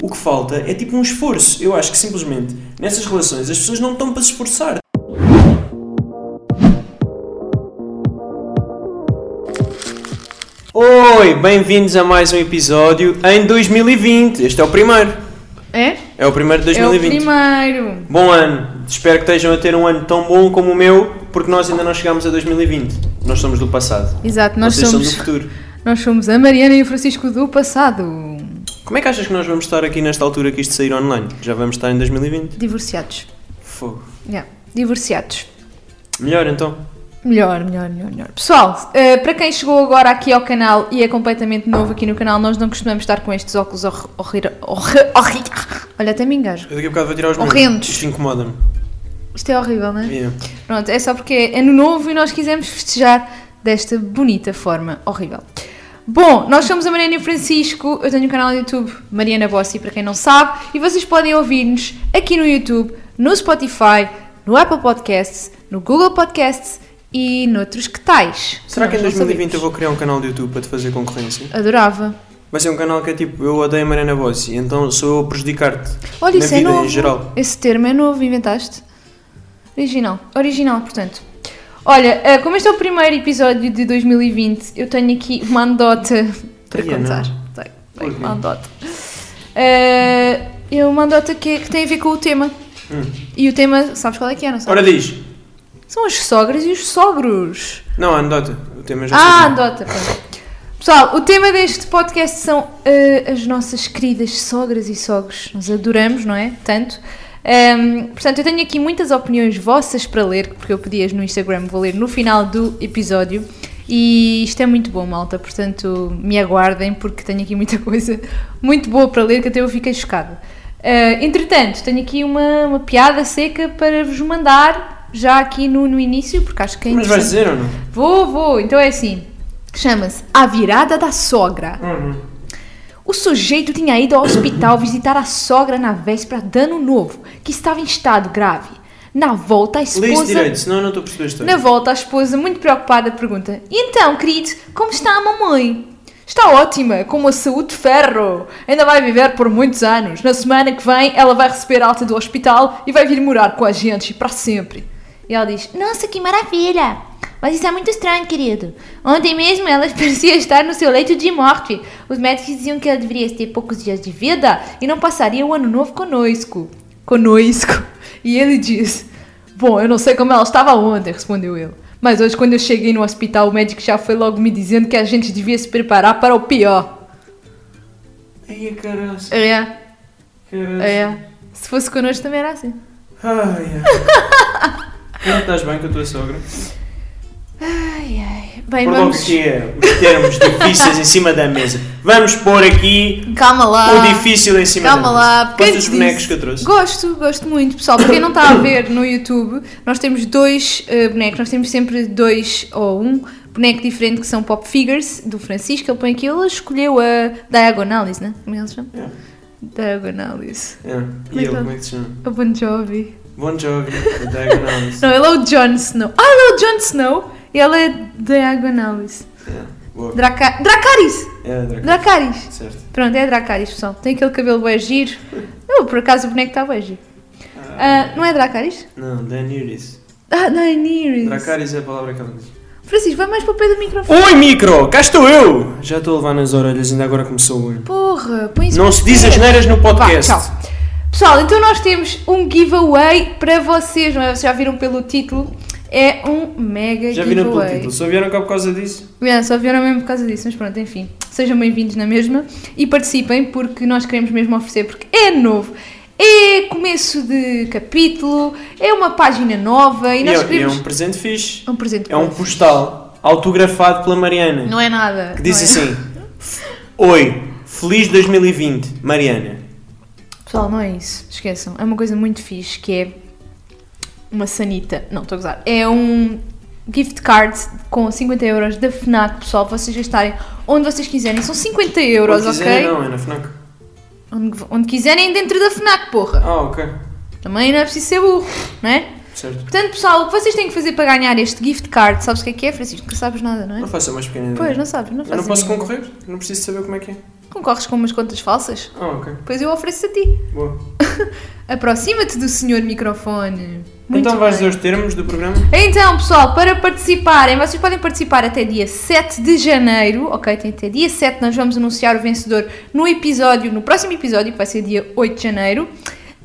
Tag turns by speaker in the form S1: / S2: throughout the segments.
S1: O que falta é tipo um esforço. Eu acho que simplesmente nessas relações as pessoas não estão para se esforçar. Oi, bem-vindos a mais um episódio em 2020. Este é o primeiro.
S2: É?
S1: É o primeiro de
S2: É o
S1: 2020.
S2: primeiro.
S1: Bom ano. Espero que estejam a ter um ano tão bom como o meu, porque nós ainda não chegámos a 2020. Nós somos do passado.
S2: Exato, nós
S1: Vocês
S2: somos,
S1: são do futuro.
S2: nós somos a Mariana e o Francisco do passado.
S1: Como é que achas que nós vamos estar aqui nesta altura que isto sair online? Já vamos estar em 2020?
S2: Divorciados.
S1: Fogo.
S2: Yeah. Divorciados.
S1: Melhor então.
S2: Melhor, melhor, melhor, melhor. Pessoal, eh, para quem chegou agora aqui ao canal e é completamente novo aqui no canal, nós não costumamos estar com estes óculos horr- horri- horri- horri- Olha, até me engasgo.
S1: Eu daqui a bocado vou tirar os meus.
S2: Horrendos.
S1: Isto incomoda-me.
S2: Isto é horrível, não é?
S1: Yeah.
S2: Pronto, é só porque é ano novo e nós quisemos festejar desta bonita forma horrível. Bom, nós somos a Mariana e o Francisco, eu tenho um canal no YouTube, Mariana Bossi, para quem não sabe, e vocês podem ouvir-nos aqui no YouTube, no Spotify, no Apple Podcasts, no Google Podcasts e noutros que tais.
S1: Será que em
S2: nós não
S1: 2020 eu
S2: sabemos.
S1: vou criar um canal de YouTube para te fazer concorrência?
S2: Adorava.
S1: Vai ser um canal que é tipo, eu odeio a Mariana Bossi, então sou eu a prejudicar-te.
S2: Olha,
S1: na
S2: isso é
S1: vida
S2: novo.
S1: em geral.
S2: Esse termo é novo, inventaste. Original. Original, portanto. Olha, eh, como este é o primeiro episódio de 2020, eu tenho aqui uma anedota para
S1: Ai, eu
S2: contar.
S1: não.
S2: Tenho,
S1: Por
S2: tenho
S1: quê?
S2: uma anedota. Eh, é uma anedota que, que tem a ver com o tema.
S1: Hum.
S2: E o tema, sabes qual é que é, não sabes?
S1: Ora diz.
S2: São as sogras e os sogros.
S1: Não, a anedota. O tema já
S2: Ah,
S1: sei.
S2: anedota, pronto. Pessoal, o tema deste podcast são eh, as nossas queridas sogras e sogros. Nós adoramos, não é? Tanto. Ahm, portanto, eu tenho aqui muitas opiniões vossas para ler, porque eu pedi-as no Instagram, vou ler no final do episódio. E isto é muito bom, malta, portanto me aguardem, porque tenho aqui muita coisa muito boa para ler que até eu fiquei chocada. Ah, entretanto, tenho aqui uma, uma piada seca para vos mandar já aqui no, no início, porque acho que é
S1: Mas vais
S2: interessante.
S1: dizer ou não?
S2: Vou, vou. Então é assim. Chama-se A Virada da Sogra. O sujeito tinha ido ao hospital visitar a sogra na véspera de ano novo, que estava em estado grave. Na volta, a
S1: Lê isso
S2: esposa...
S1: direito, senão eu não estou a perceber a história.
S2: Na volta, a esposa, muito preocupada, pergunta: "E Então, querido, como está a mamãe? Está ótima, com uma saúde de ferro. Ainda vai viver por muitos anos. Na semana que vem, ela vai receber alta do hospital e vai vir morar com a gente para sempre. E ela diz: Nossa, que maravilha! Mas isso é muito estranho, querido. Ontem mesmo ela parecia estar no seu leito de morte. Os médicos diziam que ela deveria ter poucos dias de vida e não passaria o ano novo conosco. Conosco. E ele diz: Bom, eu não sei como ela estava ontem, respondeu ele. Mas hoje, quando eu cheguei no hospital, o médico já foi logo me dizendo que a gente devia se preparar para o pior.
S1: Ai, caralho.
S2: É,
S1: Caralho.
S2: é. Se fosse connosco também era assim.
S1: Ai, ai. Não estás bem com a tua sogra?
S2: Ai, ai. Bem,
S1: Por logo
S2: vamos.
S1: que é os termos difíceis em cima da mesa. Vamos pôr aqui
S2: Calma lá.
S1: o difícil em cima
S2: Ah. Calma
S1: da mesa.
S2: lá. é quem
S1: Quantos
S2: te
S1: bonecos
S2: disse?
S1: que eu trouxe?
S2: Gosto, gosto muito. Pessoal, para quem não está a ver no YouTube, nós temos dois eh, bonecos. Nós temos sempre dois ou um boneco diferente que são pop figures do Francisco. Ele põe aqui, ele escolheu a Diagonalis, né? Como é que eles chamam?
S1: É.
S2: Diagonalis.
S1: É.
S2: Como
S1: E
S2: é
S1: ele,
S2: que tá?
S1: como é que se chama?
S2: O Bon Jovi.
S1: Bon Jovi, o Diagonalis.
S2: Não, ele é o Jon Snow. Ah, ele é o Jon Snow e ela é Diagonalis.
S1: É, boa.
S2: Draca... Dracaris!
S1: É, Draco.
S2: Dracaris!
S1: Certo.
S2: Pronto, é Dracaris, pessoal. Tem aquele cabelo bem giro. Oh, por acaso o boneco está bem giro. Ah, não é Dracaris?
S1: Não, Daenerys.
S2: Ah, Daenerys.
S1: Dracaris é a palavra que ela diz.
S2: Francisco, vai mais para o pé do microfone.
S1: Oi, micro! Cá estou eu! Já estou a levar nas orelhas, ainda agora começou o ano.
S2: Porra, põe isso
S1: Não
S2: para
S1: se
S2: pé.
S1: diz as neiras no podcast.
S2: Vá, tchau. Pessoal, então nós temos um giveaway para vocês, não é? Vocês já viram pelo título? É um mega
S1: Já
S2: giveaway.
S1: viram pelo título? Só vieram cá por causa disso?
S2: Yeah, só vieram mesmo por causa disso, mas pronto, enfim. Sejam bem-vindos na mesma e participem porque nós queremos mesmo oferecer, porque é novo, é começo de capítulo, é uma página nova e
S1: E
S2: nós
S1: é, e é
S2: queremos
S1: um presente fixe.
S2: um presente
S1: É um
S2: para vocês.
S1: postal autografado pela Mariana.
S2: Não é nada.
S1: que diz
S2: não é?
S1: assim: Oi, feliz 2020, Mariana.
S2: Pessoal, não é isso. Esqueçam. É uma coisa muito fixe que é uma sanita. Não, estou a gozar. É um gift card com 50 euros da FNAC, pessoal, para vocês gastarem onde vocês quiserem. São 50 euros,
S1: Quando quiserem,
S2: ok?
S1: Não, é na FNAC.
S2: Onde, onde quiserem dentro da FNAC, porra.
S1: Ah, ok.
S2: Também não é preciso ser burro, não é?
S1: Certo.
S2: Portanto, pessoal, o que vocês têm que fazer para ganhar este gift card, sabes o que é que é, Francisco? Não sabes nada, não é?
S1: Não faço a mais pequena ideia.
S2: Pois, não sabes, não
S1: Eu
S2: fazes
S1: não posso
S2: ideia.
S1: concorrer, não preciso saber como é que é.
S2: Concorres com umas contas falsas?
S1: Ah, ok.
S2: Pois eu ofereço a ti.
S1: Boa.
S2: Aproxima-te do senhor microfone. Muito
S1: então vais
S2: bem.
S1: dizer os termos do programa?
S2: Então, pessoal, para participarem, vocês podem participar até dia 7 de janeiro, ok? Tem até dia 7, nós vamos anunciar o vencedor no episódio, no próximo episódio, que vai ser dia 8 de janeiro.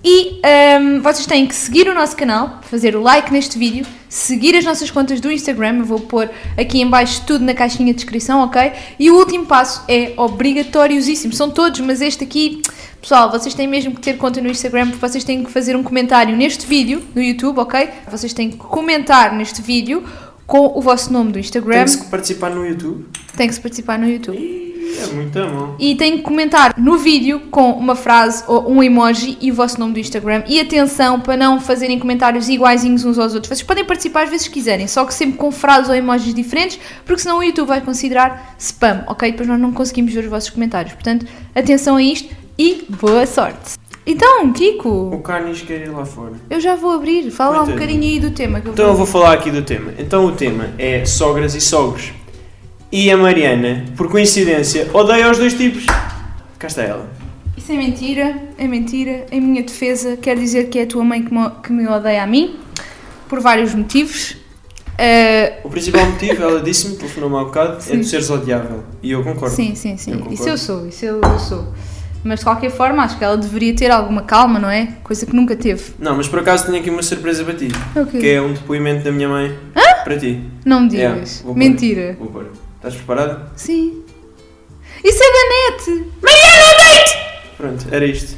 S2: E ahm, vocês têm que seguir o nosso canal, fazer o like neste vídeo, seguir as nossas contas do Instagram, eu vou pôr aqui em baixo tudo na caixinha de descrição, ok? E o último passo é obrigatóriosíssimo, são todos, mas este aqui, pessoal, vocês têm mesmo que ter conta no Instagram, porque vocês têm que fazer um comentário neste vídeo, no YouTube, ok? Vocês têm que comentar neste vídeo com o vosso nome do Instagram,
S1: Tem-se que participar no YouTube.
S2: tem que se participar no YouTube.
S1: Ih, É muito bom.
S2: E tem que comentar no vídeo com uma frase ou um emoji e o vosso nome do Instagram. E atenção para não fazerem comentários iguaizinhos uns aos outros. Vocês podem participar às vezes que quiserem, só que sempre com frases ou emojis diferentes, porque senão o YouTube vai considerar spam, ok? Depois nós não conseguimos ver os vossos comentários. Portanto, atenção a isto e boa sorte. Então, Kiko,
S1: O Carnes quer ir lá fora.
S2: eu já vou abrir. Fala lá um
S1: Coitadinho.
S2: bocadinho aí do tema que eu
S1: é. Então eu
S2: vou.
S1: vou falar aqui do tema. Então o tema é sogras e sogros. E a Mariana, por coincidência, odeia os dois tipos. Cá está ela.
S2: Isso é mentira, é mentira. Em minha defesa, quer dizer que é a tua mãe que me, que me odeia a mim, por vários motivos. Ah,
S1: O principal motivo, ela disse-me, telefonou-me há bocado, é de seres odiável. E eu concordo.
S2: sim, sim,
S1: Eu
S2: sim.
S1: concordo.
S2: Isso eu sou, isso eu, eu sou. Mas de qualquer forma, acho que ela deveria ter alguma calma, não é? Coisa que nunca teve.
S1: Não, mas por acaso tenho aqui uma surpresa para ti.
S2: O quê?
S1: Que é um depoimento da minha mãe para ti.
S2: Não me
S1: Yeah,
S2: digas.
S1: vou pôr.
S2: mentira.
S1: Vou pôr. Estás preparado?
S2: Sim. Isso é da net! Mariana, date!
S1: Pronto, era isto.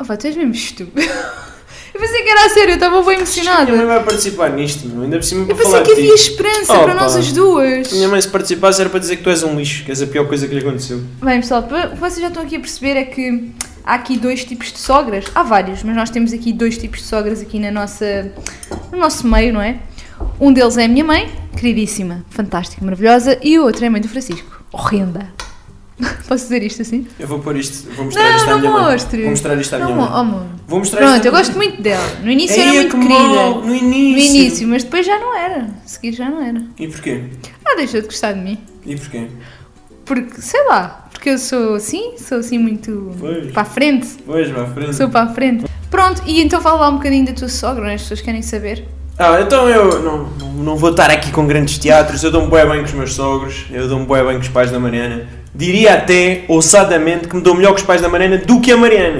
S2: Oh, pá, tu és mesmo estúpido. eu pensei que era a sério, eu estava bem
S1: Minha mãe
S2: emocionada.
S1: vai participar nisto, meu. ainda por cima para
S2: Ah, Eu pensei
S1: falar
S2: que
S1: de
S2: havia
S1: ti.
S2: esperança
S1: Oh,
S2: para nós
S1: pá.
S2: as duas.
S1: Minha mãe se participasse era para dizer que tu és um lixo, que és a pior coisa que lhe aconteceu.
S2: Bem, pessoal, pa- o que vocês já estão aqui a perceber é que há aqui dois tipos de sogras. Há vários, mas nós temos aqui dois tipos de sogras aqui na nossa, no nosso meio, não é? Um deles é a minha mãe, queridíssima, fantástica, maravilhosa, e o outro é a mãe do Francisco, horrenda. Posso dizer isto assim?
S1: Eu vou pôr isto, vou mostrar isto à
S2: Não,
S1: minha
S2: não
S1: mãe.
S2: mostre.
S1: Vou mostrar isto à
S2: não,
S1: minha mãe.
S2: mo- oh, amor.
S1: Vou mostrar
S2: Pronto,
S1: isto à
S2: eu
S1: minha
S2: gosto muito dela. No início
S1: Ei,
S2: era
S1: é que
S2: muito querida.
S1: mal, no
S2: No
S1: início.
S2: início, mas depois já não era. A seguir já não era.
S1: E porquê?
S2: Ah, deixou de gostar de mim.
S1: E porquê?
S2: Porque, sei lá, porque eu sou assim, sou assim muito
S1: Pois.
S2: para a frente.
S1: Pois, vá à frente.
S2: Sou para a frente. Pronto, e então fala lá um bocadinho da tua sogra, né? as pessoas querem saber.
S1: Ah, então eu não, não, não vou estar aqui com grandes teatros, eu dou-me bué bem com os meus sogros, eu dou-me bué bem com os pais da Mariana. Diria até, ousadamente, que me dou melhor com os pais da Mariana do que a Mariana.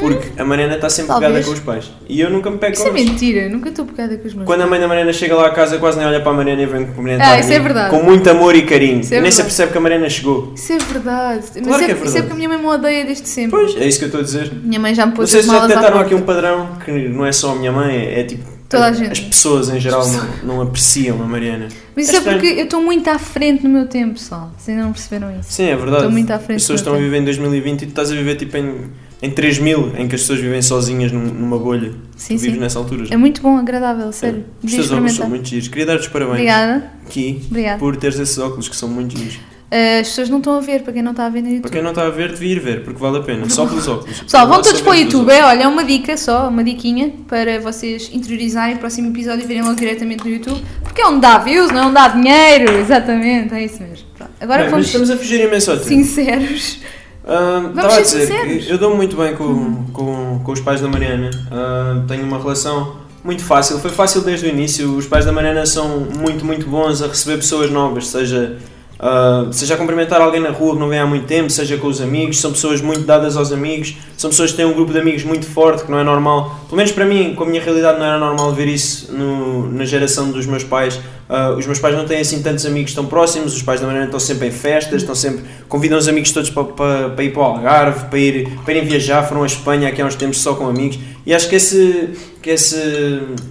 S1: Porque a Mariana está sempre pegada
S2: Hum? talvez.
S1: com os pais. E eu nunca me pego
S2: Isso é
S1: com eles.
S2: mentira, nunca estou pegada com os meus.
S1: Quando a mãe da Mariana chega lá a casa, quase nem olha para a Mariana e vem cumprimentar
S2: Ah, isso é verdade.
S1: Com muito amor e carinho.
S2: Isso é
S1: E nem se
S2: verdade.
S1: percebe que a Mariana chegou.
S2: Isso é verdade. Mas
S1: Claro que é
S2: Isso é
S1: verdade.
S2: porque a minha mãe me odeia desde sempre.
S1: Pois, é isso que eu estou a dizer.
S2: Minha mãe já me
S1: Não
S2: pôs
S1: sei
S2: as
S1: se já
S2: malas à
S1: tentaram
S2: porta.
S1: aqui um padrão que não é só a minha mãe, é tipo.
S2: Toda a
S1: as-
S2: gente.
S1: As pessoas em geral não, não apreciam a Mariana.
S2: Mas isso é
S1: estranho.
S2: porque eu estou muito à frente no meu tempo, pessoal. Vocês ainda não perceberam isso.
S1: Sim, é verdade.
S2: Estou muito à frente
S1: As pessoas
S2: do
S1: estão a
S2: tempo.
S1: viver em 2020 e tu estás a viver tipo em, em 3000, em que as pessoas vivem sozinhas num- numa bolha.
S2: Sim,
S1: tu vives
S2: sim.
S1: nessa altura.
S2: É muito bom, agradável, sério.
S1: Os
S2: Devia
S1: teus óculos são
S2: experimentar.
S1: muito giros. Queria dar-te os parabéns
S2: Obrigada.
S1: aqui
S2: Obrigada.
S1: por teres esses óculos que são muito giros.
S2: Ah, as pessoas não estão a ver, para quem não está a ver no YouTube.
S1: Para quem não está a ver, devia ir ver, porque vale a pena. Só pelos óculos.
S2: Pessoal, vão
S1: Não
S2: todos
S1: só
S2: para o
S1: pelos
S2: YouTube,
S1: óculos.
S2: é, olha, é uma dica só, uma diquinha para vocês interiorizarem o próximo episódio e virem logo diretamente no YouTube, porque é onde dá views, não é onde dá dinheiro, exatamente, é isso mesmo. Pronto, Agora
S1: Bem, mas
S2: vamos
S1: estamos a fugir imenso ao tempo.
S2: sinceros.
S1: Ahm,
S2: Vamos
S1: Estava a
S2: ser
S1: dizer,
S2: sinceros. Uhum.
S1: que eu dou muito bem com, com, com os pais da Mariana. Ahm, tenho uma relação muito fácil. Foi fácil desde o início. Os pais da Mariana são muito, muito bons a receber pessoas novas, seja, ah, seja a cumprimentar alguém na rua que não vem há muito tempo, seja com os amigos. São pessoas muito dadas aos amigos. São pessoas que têm um grupo de amigos muito forte, que não é normal. Pelo menos para mim, com a minha realidade, não era normal ver isso no- na geração dos meus pais. Ah, os meus pais não têm assim tantos amigos tão próximos. Os pais da Mariana estão sempre em festas, estão sempre convidam os amigos todos para, para, para ir para o Algarve, para, ir, para irem viajar, foram à Espanha aqui há uns tempos só com amigos. E acho que, esse, que esse,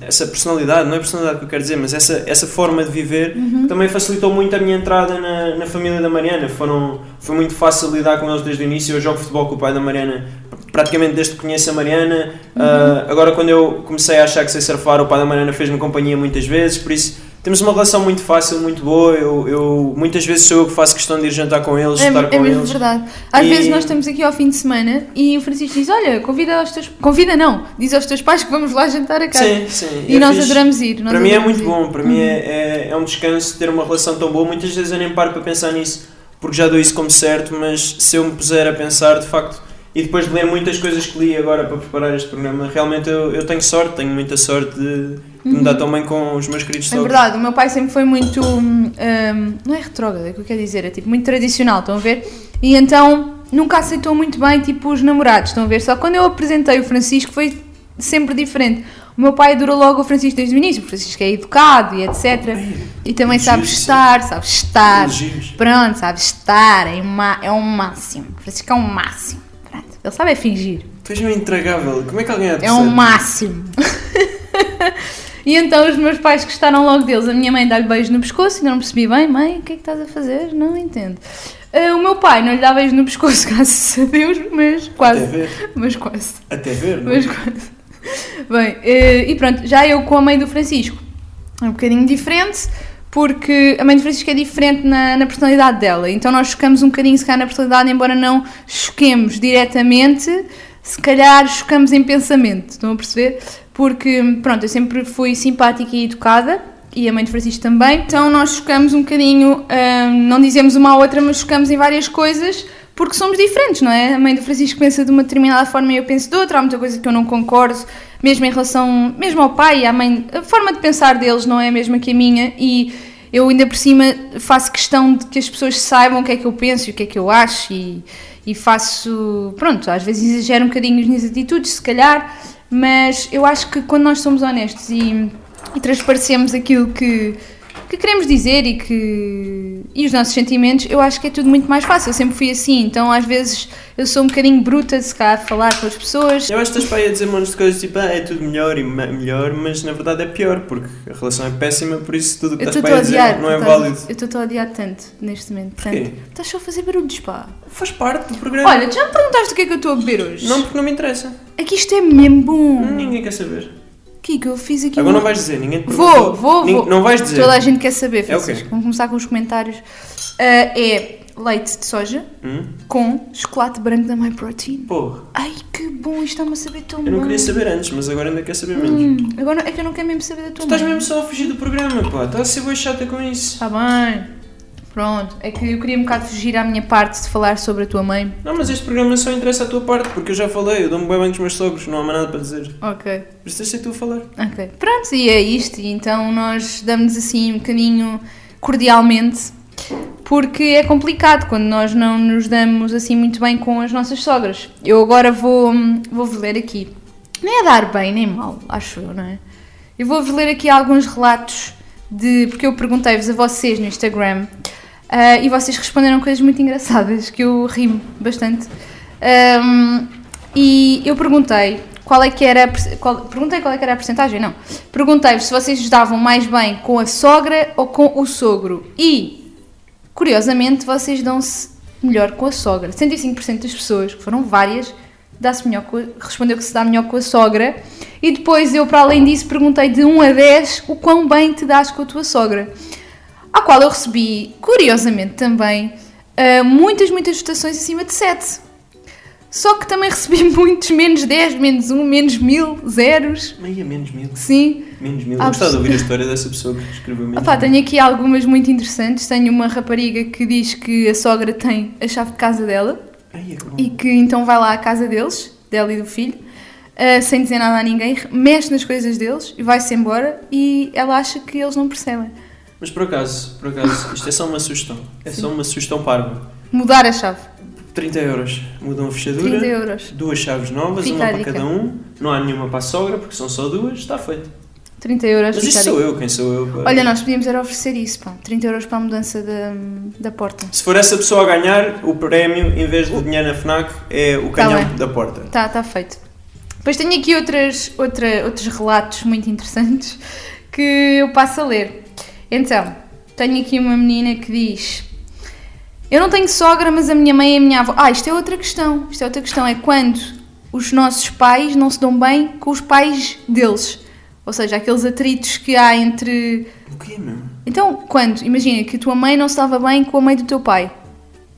S1: essa personalidade, não é personalidade que eu quero dizer, mas essa, essa forma de viver
S2: Uhum.
S1: também facilitou muito a minha entrada na, na família da Mariana. Foram, foi muito fácil lidar com eles desde o início. Eu jogo futebol com o pai da Mariana praticamente desde que conheço a Mariana.
S2: Uhum.
S1: Ah, agora, quando eu comecei a achar que sei surfar, o pai da Mariana fez-me companhia muitas vezes, por isso. Temos uma relação muito fácil, muito boa. Eu, eu- muitas vezes sou eu que faço questão de ir jantar com eles, estar
S2: É,
S1: com
S2: é mesmo
S1: eles.
S2: verdade. Às
S1: E-
S2: vezes nós estamos aqui ao fim de semana e o Francisco diz: Olha, convida aos teus. Convida não, diz aos teus pais que vamos lá jantar a casa.
S1: Sim, sim.
S2: E
S1: é
S2: nós
S1: fixe.
S2: adoramos ir. nós
S1: Para mim é
S2: adoramos
S1: muito
S2: ir.
S1: bom, para mim é, é, é um descanso ter uma relação tão boa. Muitas vezes eu nem paro para pensar nisso. porque já dou isso como certo, mas se eu me puser a pensar, de facto, e depois de ler muitas coisas que li agora para preparar este programa, realmente eu, eu tenho sorte, tenho muita sorte de, de me dar tão bem com os meus queridos
S2: Uhum. É
S1: sogros.
S2: verdade, o meu pai sempre foi muito. hum, hum, não é retrógrado, é o que eu quero dizer, é tipo muito tradicional, estão a ver? E então nunca aceitou muito bem, tipo, os namorados, estão a ver? Só quando eu apresentei o Francisco foi sempre diferente. O meu pai adorou logo o Francisco desde o início, o Francisco é educado e etc. E também sabe
S1: Elogios, sim.
S2: estar, sabe estar.
S1: Elogios.
S2: Pronto, sabe estar, é, ma- é um máximo. O Francisco é um máximo. Pronto, ele sabe é fingir.
S1: Tu és meio intragável, como é que alguém é
S2: É um máximo. e então os meus pais gostaram logo deles. A minha mãe dá-lhe beijo no pescoço, ainda não percebi bem. Mãe, o que é que estás a fazer? Não entendo. Ah, o meu pai não lhe dá beijo no pescoço, graças a Deus, mas quase.
S1: Até ver.
S2: Mas quase.
S1: Até ver, não é?
S2: Mas quase. Bem, eh, e pronto, já eu com a mãe do Francisco. É um bocadinho diferente, porque a mãe do Francisco é diferente na, na personalidade dela. Então nós chocamos um bocadinho, se calhar, na personalidade, embora não choquemos diretamente, se calhar chocamos em pensamento, estão a perceber? Porque, pronto, eu sempre fui simpática e educada. E a mãe do Francisco também. Então nós chocamos um bocadinho, ahm, não dizemos uma à outra, mas chocamos em várias coisas porque somos diferentes, não é? A mãe do Francisco pensa de uma determinada forma e eu penso de outra, há muita coisa que eu não concordo, mesmo em relação, mesmo ao pai e à mãe, a forma de pensar deles não é a mesma que a minha e eu ainda por cima faço questão de que as pessoas saibam o que é que eu penso e o que é que eu acho e, e faço, pronto, às vezes exagero um bocadinho as minhas atitudes, se calhar, mas eu acho que quando nós somos honestos e, e transparecemos aquilo que, que queremos dizer e que e os nossos sentimentos, eu acho que é tudo muito mais fácil. Eu sempre fui assim, então às vezes eu sou um bocadinho bruta se calhar de falar com as pessoas.
S1: Eu acho que estás para aí a dizer montes de coisas tipo, ah, é tudo melhor e me- melhor, mas na verdade é pior, porque a relação é péssima, por isso tudo o que
S2: Eu
S1: estás
S2: estou-te
S1: para
S2: a
S1: aí a dizer
S2: odiar.
S1: não é
S2: tu estás-
S1: válido.
S2: Eu estou-te a odiar tanto neste momento.
S1: Porquê?
S2: Tanto. Estás só a fazer barulhos, pá.
S1: Faz parte do programa.
S2: Olha, tu já me perguntaste o que é que eu estou a beber hoje?
S1: Não, porque não me interessa.
S2: É que isto é mesmo bom.
S1: Ninguém quer saber.
S2: O que é que eu fiz aqui?
S1: Agora
S2: uma-
S1: não vais dizer, ninguém te
S2: Vou,
S1: perguntou.
S2: vou,
S1: Nin-
S2: vou.
S1: Não vais dizer.
S2: Toda a gente quer saber,
S1: É o quê?
S2: Francisco. Vamos começar com os comentários. Ah, é leite de soja
S1: Hum?
S2: com chocolate branco da My Protein.
S1: Porra,
S2: Ai, que bom, isto está-me a saber tão
S1: eu não
S2: bem.
S1: queria saber antes, mas agora ainda quer saber menos.
S2: Hum, agora é que eu não quero mesmo saber da
S1: Tu
S2: tua
S1: estás
S2: mãe.
S1: mesmo só a fugir do programa, pá. Estás a ser boa chata com isso.
S2: Está bem. Pronto, é que eu queria um bocado fugir à minha parte de falar sobre a tua mãe.
S1: Não, mas este programa só interessa à tua parte, porque eu já falei, eu dou-me bem bem com os meus sogros, não há mais nada para dizer.
S2: Ok,
S1: Mas tens de ser tu a falar.
S2: ok. Pronto, e é isto. E então nós damos assim um bocadinho cordialmente, porque é complicado quando nós não nos damos assim muito bem com as nossas sogras. Eu agora vou, hum, vou-vos ler aqui. Não é dar bem nem mal, acho eu, não é? Eu vou-vos ler aqui alguns relatos de. porque eu perguntei-vos a vocês no Instagram ah, e vocês responderam coisas muito engraçadas que eu rimo bastante. Ahm, e eu perguntei qual é que era. a per- qual- perguntei qual é que era a porcentagem, não. Perguntei-vos se vocês davam mais bem com a sogra ou com o sogro. E, curiosamente, vocês dão-se melhor com a sogra. 105% das pessoas, que foram várias, dá-se melhor com a- respondeu que se dá melhor com a sogra. E depois eu, para além disso, perguntei de 1 a 10 o quão bem te dás com a tua sogra. À qual eu recebi, curiosamente também, ah, muitas, muitas votações acima de 7. Só que também recebi muitos menos 10, menos 1, menos 1000, zeros.
S1: Meia menos mil.
S2: Sim,
S1: Menos mil.
S2: Ah,
S1: Eu gostava de
S2: pois.
S1: ouvir a história dessa pessoa que escreveu menos
S2: Opá,
S1: mil.
S2: tenho aqui algumas muito interessantes. Tenho uma rapariga que diz que a sogra tem a chave de casa dela
S1: Ai, é que bom.
S2: e que então vai lá à casa deles, dela e do filho, ah, sem dizer nada a ninguém, mexe nas coisas deles e vai-se embora e ela acha que eles não percebem.
S1: Mas por acaso, por acaso, isto é só uma sugestão. É só uma sugestão parva.
S2: Mudar a chave.
S1: 30 euros. Mudam a
S2: 30
S1: fechadura.
S2: euros.
S1: Duas chaves novas,
S2: Fica
S1: uma
S2: a
S1: para
S2: dica.
S1: cada um. Não há nenhuma para a sogra, porque são só duas. Está feito.
S2: 30 euros.
S1: Mas isto
S2: fica
S1: sou
S2: ali.
S1: eu, quem sou eu? pá?
S2: Olha, nós podíamos era oferecer isso, pá. 30 euros para a mudança da, da porta.
S1: Se for essa pessoa a ganhar, o prémio, em vez de dinheiro na FNAC, é o
S2: Tá
S1: canhão
S2: bem.
S1: da porta.
S2: Tá, tá feito. Depois tenho aqui outras, outra, outros relatos muito interessantes que eu passo a ler. Então, tenho aqui uma menina que diz: Eu não tenho sogra, mas a minha mãe e a minha avó. Ah, isto é outra questão. Isto é outra questão. É quando os nossos pais não se dão bem com os pais deles. Ou seja, aqueles atritos que há entre.
S1: O quê, meu?
S2: Então, quando? Imagina que a tua mãe não se dava bem com a mãe do teu pai.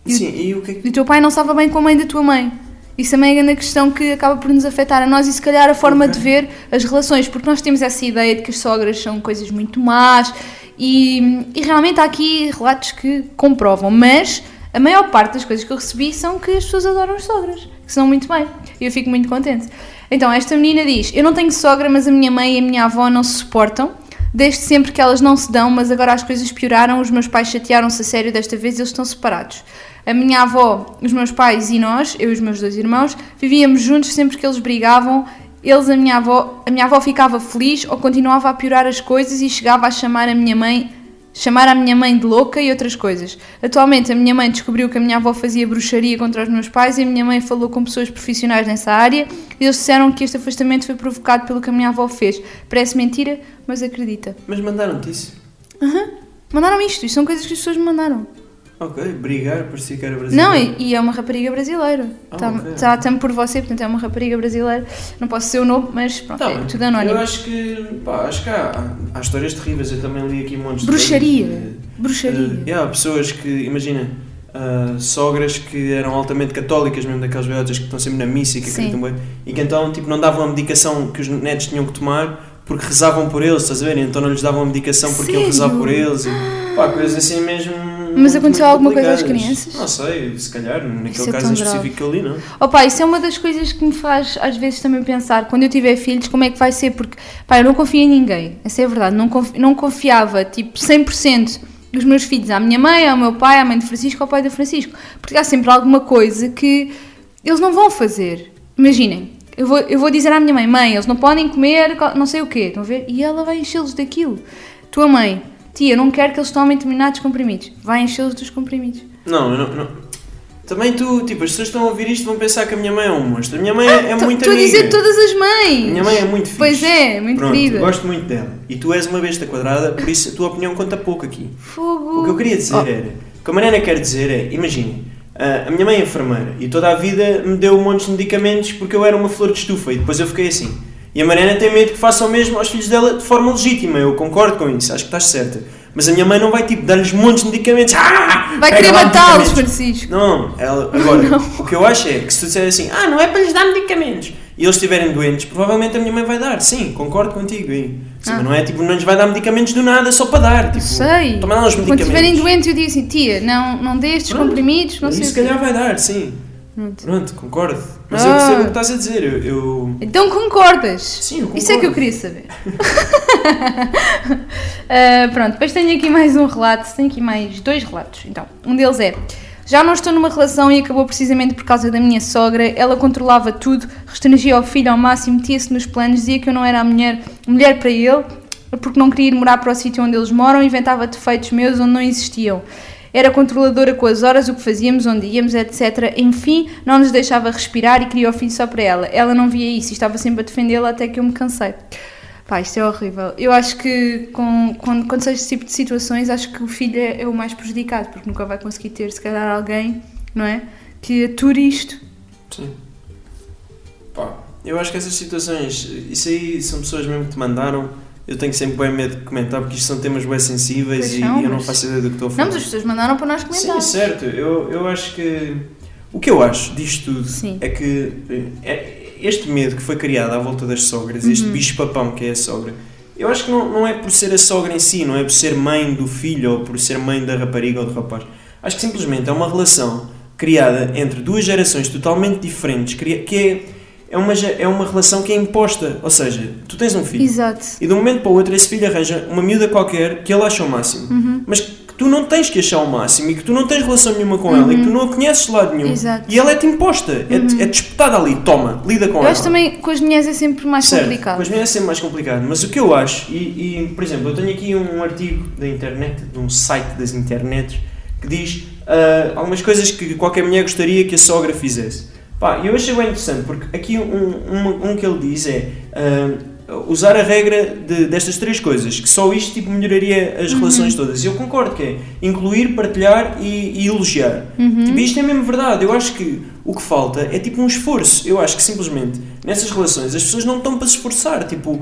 S2: E-
S1: Sim, e o que é que.
S2: E o teu pai não estava bem com a mãe da tua mãe. Isso também é grande questão que acaba por nos afetar a nós e se calhar a forma
S1: Ok.
S2: de ver as relações, porque nós temos essa ideia de que as sogras são coisas muito más e, e realmente há aqui relatos que comprovam, mas A maior parte das coisas que eu recebi são que as pessoas adoram as sogras, que são muito bem. E eu fico muito contente. Então, esta menina diz: Eu não tenho sogra, mas a minha mãe e a minha avó não se suportam. Desde sempre que elas não se dão, mas agora as coisas pioraram. Os meus pais chatearam-se a sério desta vez e eles estão separados. A minha avó, os meus pais e nós, eu e os meus dois irmãos, vivíamos juntos sempre que eles brigavam. Eles, a minha avó, a minha avó ficava feliz ou continuava a piorar as coisas e chegava a chamar a minha mãe, chamar a minha mãe de louca e outras coisas. Atualmente a minha mãe descobriu que a minha avó fazia bruxaria contra os meus pais e a minha mãe falou com pessoas profissionais nessa área e eles disseram que este afastamento foi provocado pelo que a minha avó fez. Parece mentira, mas acredita.
S1: Mas mandaram-te isso?
S2: Mandaram isto, isto são coisas que as pessoas me mandaram.
S1: Ok, brigar, parecia que era brasileiro.
S2: Não, e, e é uma rapariga brasileira.
S1: Ah,
S2: Está
S1: ok.
S2: tá, tamo por você, portanto é uma rapariga brasileira. Não posso dizer o nome, mas pronto,
S1: Tá
S2: é
S1: bem.
S2: tudo anónimo.
S1: Eu acho que, pá, acho que há, há histórias terríveis. Eu também li aqui montes
S2: Bruxaria.
S1: de. coisas de-
S2: Bruxaria.
S1: Eh, yeah, pessoas que, imagina, ah, sogras que eram altamente católicas, mesmo daquelas velhotas que estão sempre na missa e que
S2: Sim.
S1: acreditam bem, e que então tipo, não davam a medicação que os netos tinham que tomar porque rezavam por eles, estás a ver? Então não lhes davam a medicação porque iam rezar
S2: Sério?
S1: por eles. E, pá, coisas assim mesmo. muito,
S2: aconteceu
S1: muito
S2: alguma coisa às
S1: complicadas.
S2: crianças?
S1: Não sei, se calhar, naquele
S2: Isso é
S1: caso
S2: tão
S1: em específico que eu li, não?
S2: Opa, isso é uma das coisas que me faz às vezes também pensar, quando eu tiver filhos, como é que vai ser? Porque, pá, eu não confio em ninguém, essa é a verdade, não, conf- não confiava, tipo, 100% dos meus filhos à minha mãe, ao meu pai, à mãe de Francisco, ao pai de Francisco, porque há sempre alguma coisa que eles não vão fazer. Imaginem, eu vou, eu vou dizer à minha mãe, mãe, eles não podem comer co- não sei o quê, estão a ver? E ela vai enchê-los daquilo. Tua mãe, tia, não quero que eles tomem determinados comprimidos, vai enchê-los dos comprimidos.
S1: Não, eu não, não. Também tu, tipo, as pessoas que estão a ouvir isto vão pensar que a minha mãe é um monstro. A minha mãe é, é
S2: Tu-
S1: muito
S2: tu Ah, a
S1: amiga.
S2: dizer todas as mães!
S1: Minha mãe é muito fixe.
S2: Pois é, muito
S1: Pronto,
S2: querida.
S1: gosto muito dela. E tu és uma besta quadrada, por isso a tua opinião conta pouco aqui.
S2: Fogo.
S1: O que eu queria dizer é
S2: Oh,
S1: era, o que a Mariana quer dizer é, imagina, ah, a minha mãe é enfermeira e toda a vida me deu um monte de medicamentos porque eu era uma flor de estufa e depois eu fiquei assim. E a Mariana tem medo que faça o mesmo aos filhos dela de forma legítima, eu concordo com isso, acho que estás certa. Mas a minha mãe não vai tipo dar-lhes montes de medicamentos. Ah,
S2: Vai
S1: pega
S2: querer
S1: lá
S2: matá-los,
S1: medicamentos.
S2: Francisco.
S1: Não, ela, agora, o que eu acho é que se tu disser assim, ah, não é para lhes dar medicamentos, e eles estiverem doentes, provavelmente a minha mãe vai dar, sim, concordo contigo aí. Sim,
S2: Ah.
S1: mas não é tipo, não lhes vai dar medicamentos do nada só para dar, tipo,
S2: Sei.
S1: toma lá uns
S2: Quando
S1: medicamentos.
S2: estiverem doentes, eu digo assim: tia, não, não dê estes
S1: Pronto.
S2: comprimidos, não
S1: E
S2: sei.
S1: se
S2: o quê.
S1: calhar vai dar, sim.
S2: Pronto.
S1: Pronto, concordo. Mas eu
S2: Ah.
S1: percebo o que estás a dizer, eu... eu-
S2: Então concordas?
S1: Sim, eu
S2: Isso é que eu
S1: concordo.
S2: queria saber. Ah, pronto, depois tenho aqui mais um relato, tenho aqui mais dois relatos. Então, um deles é: Já não estou numa relação e acabou precisamente por causa da minha sogra. Ela controlava tudo, restringia o filho ao máximo, metia-se nos planos, dizia que eu não era a mulher, mulher para ele, porque não queria ir morar para o sítio onde eles moram, inventava defeitos meus onde não existiam. Era controladora com as horas, o que fazíamos, onde íamos, etc. Enfim, não nos deixava respirar e queria o filho só para ela. Ela não via isso e estava sempre a defendê-la até que eu me cansei. Pá, isto é horrível. Eu acho que com, quando acontece este tipo de situações, acho que o filho é, é o mais prejudicado, porque nunca vai conseguir ter, se calhar, alguém, não é? Que ature isto.
S1: Sim. Pá, eu acho que essas situações, isso aí são pessoas mesmo que te mandaram, eu tenho sempre bem medo de comentar porque isto são temas bem sensíveis
S2: Pois
S1: e,
S2: são,
S1: eu não
S2: mas-
S1: faço ideia do que estou a
S2: Não,
S1: falar.
S2: mas as pessoas mandaram para nós
S1: Sim,
S2: comentar.
S1: certo. Eu, eu acho que. O que eu acho disto tudo
S2: Sim.
S1: é que é- este medo que foi criado à volta das sogras, este
S2: Uhum.
S1: bicho-papão que é a sogra, eu acho que não, não é por ser a sogra em si, não é por ser mãe do filho ou por ser mãe da rapariga ou do rapaz. Acho que simplesmente é uma relação criada entre duas gerações totalmente diferentes, cria- que é, é, uma, ge- é uma relação que é imposta. Ou seja, tu tens um filho.
S2: Exato.
S1: E de um momento para o outro, esse filho arranja uma miúda qualquer que ele acha o máximo.
S2: Uhum.
S1: Mas que tu não tens que achar o máximo e que tu não tens relação nenhuma com ela e que tu não a conheces de lado nenhum.
S2: Uhum. Exato. Uhum.
S1: E ela é-te imposta, é, é disputada ali, toma, lida com
S2: Eu
S1: ela.
S2: acho também que com as mulheres é sempre mais
S1: Certo,
S2: complicado.
S1: Mas mesmo é sempre mais complicado. Mas o que eu acho, e, e, por exemplo, eu tenho aqui um artigo da internet, de um site das internets, que diz ah, algumas coisas que qualquer mulher gostaria que a sogra fizesse. Pá, eu achei bem interessante, porque aqui um, um, um que ele diz é ah, usar a regra de- destas três coisas, que só isto tipo, melhoraria
S2: Uhum.
S1: as relações todas. E eu concordo que é incluir, partilhar e, e elogiar.
S2: Uhum.
S1: Tipo, isto é mesmo verdade. Eu acho que o que falta é tipo um esforço. Eu acho que simplesmente nessas relações as pessoas não estão para se esforçar. Tipo,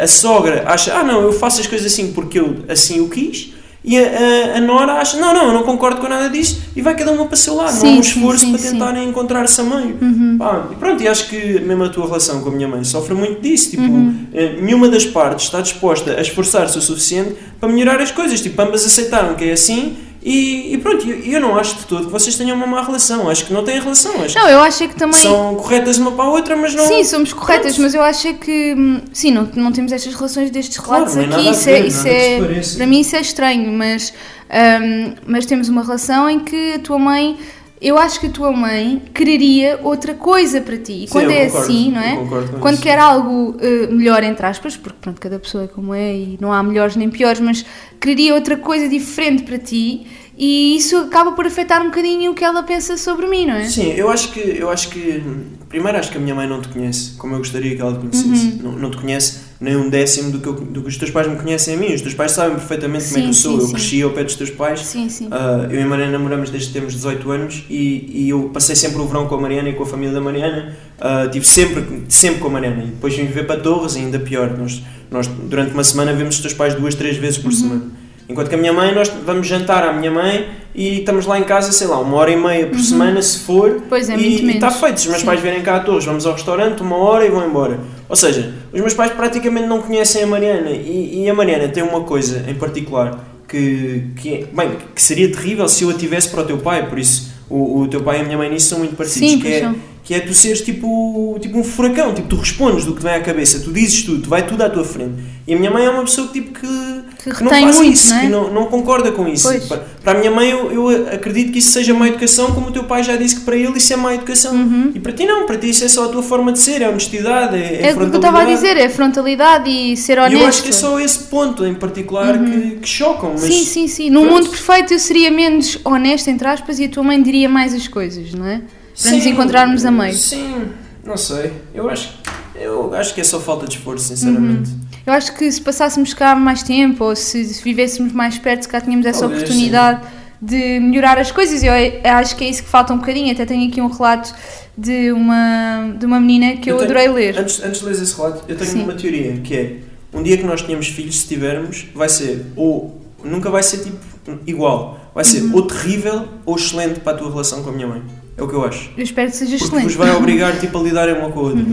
S1: a, a sogra acha, ah não, eu faço as coisas assim porque eu assim o quis. E a, a- a Nora acha, não, não, eu não concordo com nada disso. E vai cada uma para o seu lado. não há
S2: Sim,
S1: um
S2: sim,
S1: esforço
S2: sim,
S1: para
S2: sim.
S1: tentarem encontrar-se a meio.
S2: Uhum.
S1: Pá, e pronto, e acho que mesmo a tua relação com a minha mãe sofre muito disso. Tipo,
S2: Uhum.
S1: eh, nenhuma das partes está disposta a esforçar-se o suficiente para melhorar as coisas. Tipo, ambas aceitaram que é assim e, E, e pronto, e eu, eu não acho de todo que vocês tenham uma má relação. Acho que não têm relação. Acho
S2: Não, eu achei que também.
S1: que são corretas uma para a outra, mas não.
S2: Sim, somos corretas,
S1: Pronto.
S2: mas eu acho que. hum, Sim, não, não temos estas relações destes
S1: Claro,
S2: relatos
S1: não é
S2: aqui.
S1: nada a
S2: Isso
S1: ver,
S2: é, isso
S1: nada que se
S2: é-
S1: pareça.
S2: para mim isso é estranho, mas, hum, mas temos uma relação em que a tua mãe. Eu acho que a tua mãe quereria outra coisa para ti. E
S1: Sim, eu
S2: quando é
S1: concordo,
S2: assim, não é?
S1: eu concordo com
S2: quando
S1: isso.
S2: quer algo eh, melhor, entre aspas, porque pronto, cada pessoa é como é e não há melhores nem piores, mas quereria outra coisa diferente para ti e isso acaba por afetar um bocadinho o que ela pensa sobre mim, não é?
S1: Sim, eu acho que eu acho que primeiro acho que a minha mãe não te conhece como eu gostaria que ela te conhecesse.
S2: Uhum.
S1: Não, não te conhece nem um décimo do que, eu- do que os teus pais me conhecem a mim. Os teus pais sabem perfeitamente como é que eu
S2: Sim,
S1: sou.
S2: sim,
S1: eu
S2: sim.
S1: cresci ao pé dos teus pais.
S2: Sim, sim.
S1: Ah, eu e a Mariana namoramos desde que temos 18 anos e, e eu passei sempre o verão com a Mariana e com a família da Mariana. Ah, tive sempre, sempre com a Mariana. E depois vim viver para Torres, ainda pior. Nós, nós durante uma semana vemos os teus pais duas, três vezes
S2: Uhum.
S1: por semana. Enquanto que a minha mãe, nós vamos jantar à minha mãe e estamos lá em casa, sei lá, uma hora e meia por semana, se for.
S2: Uhum. Pois é,
S1: e-
S2: muito
S1: E tá está
S2: menos.
S1: feito. Se os meus
S2: Sim.
S1: pais virem cá a Torres, vamos ao restaurante, uma hora e vão embora. Ou seja, os meus pais praticamente não conhecem a Mariana. E, e a Mariana tem uma coisa em particular que, que, é- bem, que seria terrível se eu a tivesse para o teu pai. Por isso, o, o teu pai e a minha mãe nisso são muito parecidos.
S2: Sim,
S1: que,
S2: pois
S1: é,
S2: são.
S1: que é tu seres tipo, tipo um furacão. Tipo, tu respondes do que vem à cabeça, tu dizes tudo, tu vai tudo à tua frente. E a minha mãe é uma pessoa que, tipo, que
S2: Que
S1: que não
S2: retém
S1: faz
S2: muito,
S1: isso,
S2: não é?
S1: que não, não concorda com isso.
S2: Pois.
S1: Pa- Para, a minha mãe, eu, eu acredito que isso seja má educação, como o teu pai já disse que para ele isso é má educação.
S2: Uhum.
S1: E para ti não, para ti isso é só a tua forma de ser, é honestidade, é, é
S2: É o que eu estava a
S1: frontalidade.
S2: dizer, é frontalidade e ser
S1: E
S2: honesto. Uhum.
S1: eu acho que é só esse ponto em particular que, que chocam. Mas
S2: Sim, sim, sim. Num
S1: Pronto.
S2: mundo perfeito eu seria menos honesta, entre aspas, e a tua mãe diria mais as coisas, não é? Para nos
S1: Sim,
S2: encontrarmos a meio.
S1: Sim, não sei. Eu acho, eu acho que é só falta de esforço, sinceramente.
S2: Eu acho que se passássemos cá mais tempo ou se vivêssemos mais perto, se cá tínhamos essa
S1: Talvez,
S2: oportunidade de melhorar as coisas. Eu acho que é isso que falta um bocadinho. Até tenho aqui um relato de uma, de uma menina que eu,
S1: tenho-
S2: adorei ler.
S1: Antes, antes de ler esse relato, eu tenho
S2: Sim.
S1: uma teoria que é: um dia que nós tenhamos filhos, se tivermos, vai ser ou nunca vai ser tipo igual, vai ser
S2: Uhum.
S1: ou terrível ou excelente para a tua relação com a minha mãe. É o que eu acho.
S2: Eu espero que seja
S1: Porque vos
S2: excelente. Uhum.
S1: vai obrigar tipo, a lidarem uma com a outra.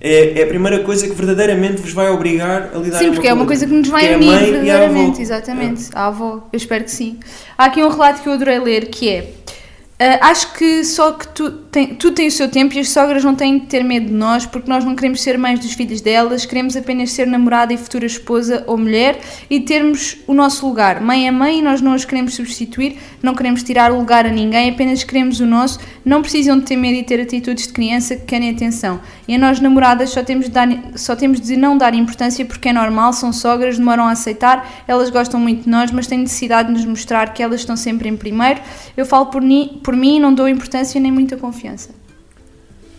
S1: É, é a primeira coisa que verdadeiramente vos vai obrigar a um lidar
S2: Sim, porque é uma coisa que nos vai a mim, verdadeiramente, exatamente. A avó, eu espero que sim. Há aqui um relato que eu adorei ler que é. "Ah, acho que só que tu tem, tu tem o seu tempo e as sogras não têm de ter medo de nós porque nós não queremos ser mães dos filhos delas, queremos apenas ser namorada e futura esposa ou mulher e termos o nosso lugar. Mãe é mãe e nós não as queremos substituir, não queremos tirar o lugar a ninguém, apenas queremos o nosso. Não precisam de ter medo e ter atitudes de criança que querem atenção. E a nós, namoradas, só temos, de dar- só temos de não dar importância porque é normal, são sogras, demoram a aceitar, elas gostam muito de nós, mas têm necessidade de nos mostrar que elas estão sempre em primeiro. Eu falo por, ni, por mim e não dou importância nem muita confiança.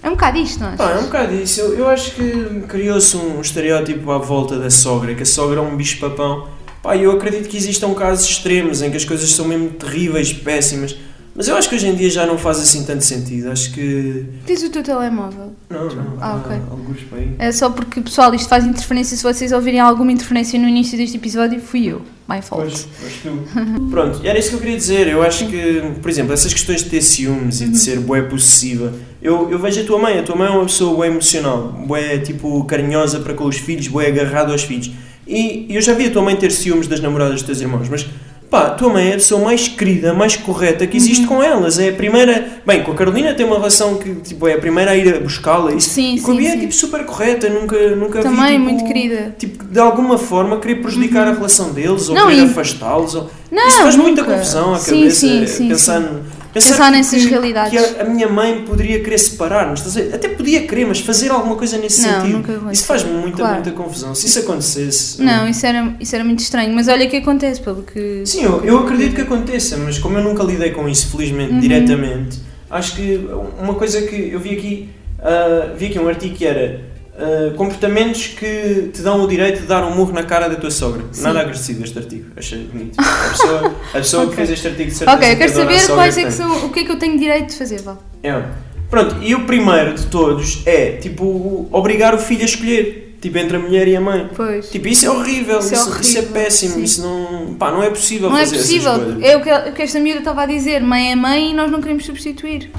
S2: É um bocado isto, não é?
S1: Pá, é um bocado isso. Eu, eu acho que criou-se um estereótipo à volta da sogra, que a sogra é um bicho-papão. Pá, eu acredito que existam casos extremos em que as coisas são mesmo terríveis, péssimas. Mas eu acho que hoje em dia já não faz assim tanto sentido. Acho que.
S2: Diz o teu telemóvel.
S1: Não, não.
S2: Ah, ok.
S1: há Alguns para aí.
S2: É só porque, pessoal, isto faz interferência. Se vocês ouvirem alguma interferência no início deste episódio, fui eu. My fault.
S1: Pois, pois tu. Pronto, e era isso que eu queria dizer. Eu acho que, por exemplo, essas questões de ter ciúmes
S2: Uhum.
S1: e de ser bué possessiva, eu, eu vejo a tua mãe. A tua mãe é uma pessoa bué emocional, bué tipo carinhosa para com os filhos, bué agarrada aos filhos. E eu já vi a tua mãe ter ciúmes das namoradas dos teus irmãos, mas pá, a tua mãe é a pessoa mais querida, mais correta que
S2: Uhum.
S1: existe com elas. É a primeira. Bem, com a Carolina tem uma relação que tipo, é a primeira a ir a buscá-la. Isso.
S2: Sim,
S1: E com a
S2: sim,
S1: Bia é
S2: sim.
S1: tipo super correta, nunca, nunca vi,
S2: Também
S1: tipo,
S2: muito querida.
S1: tipo, de alguma forma querer prejudicar a relação deles ou
S2: Uhum. Não,
S1: querer
S2: e-
S1: afastá-los. Ou...
S2: Não,
S1: Isso faz muita
S2: nunca.
S1: confusão à
S2: Sim,
S1: cabeça.
S2: sim,
S1: é,
S2: sim,
S1: pensar,
S2: sim.
S1: no-
S2: Pensar nessas realidades.
S1: Que a, a minha mãe poderia querer separar-nos, estás a ver? até podia querer, mas fazer alguma coisa nesse
S2: Não,
S1: sentido.
S2: nunca aconteceu.
S1: isso faz muita,
S2: Claro.
S1: muita confusão. Se isso acontecesse.
S2: Não, isso era, isso era muito estranho. Mas olha o que acontece, pelo que.
S1: Sim, eu, eu acredito que aconteça, mas como eu nunca lidei com isso, felizmente,
S2: Uhum.
S1: diretamente, acho que uma coisa que eu vi aqui, ah, vi aqui um artigo que era ah, comportamentos que te dão o direito de dar um murro na cara da tua sogra.
S2: Sim.
S1: Nada agressivo este artigo, achei bonito. A pessoa, a pessoa
S2: Ok.
S1: que fez este artigo de certeza
S2: Ok, eu
S1: que
S2: quero
S1: adora a
S2: saber
S1: sogra
S2: quais
S1: que
S2: é que
S1: tem.
S2: são. O que é que eu tenho direito de fazer, Val?
S1: É. Pronto, e o primeiro de todos é, tipo, obrigar o filho a escolher, tipo, entre a mulher e a mãe.
S2: Pois.
S1: Tipo, isso é horrível, isso,
S2: Isso é
S1: isso é
S2: horrível,
S1: péssimo,
S2: sim.
S1: isso não, pá, não é possível
S2: não é
S1: fazer essas
S2: possível.
S1: coisas.
S2: É o que, o que esta miúda estava a dizer. Mãe é mãe e nós não queremos substituir.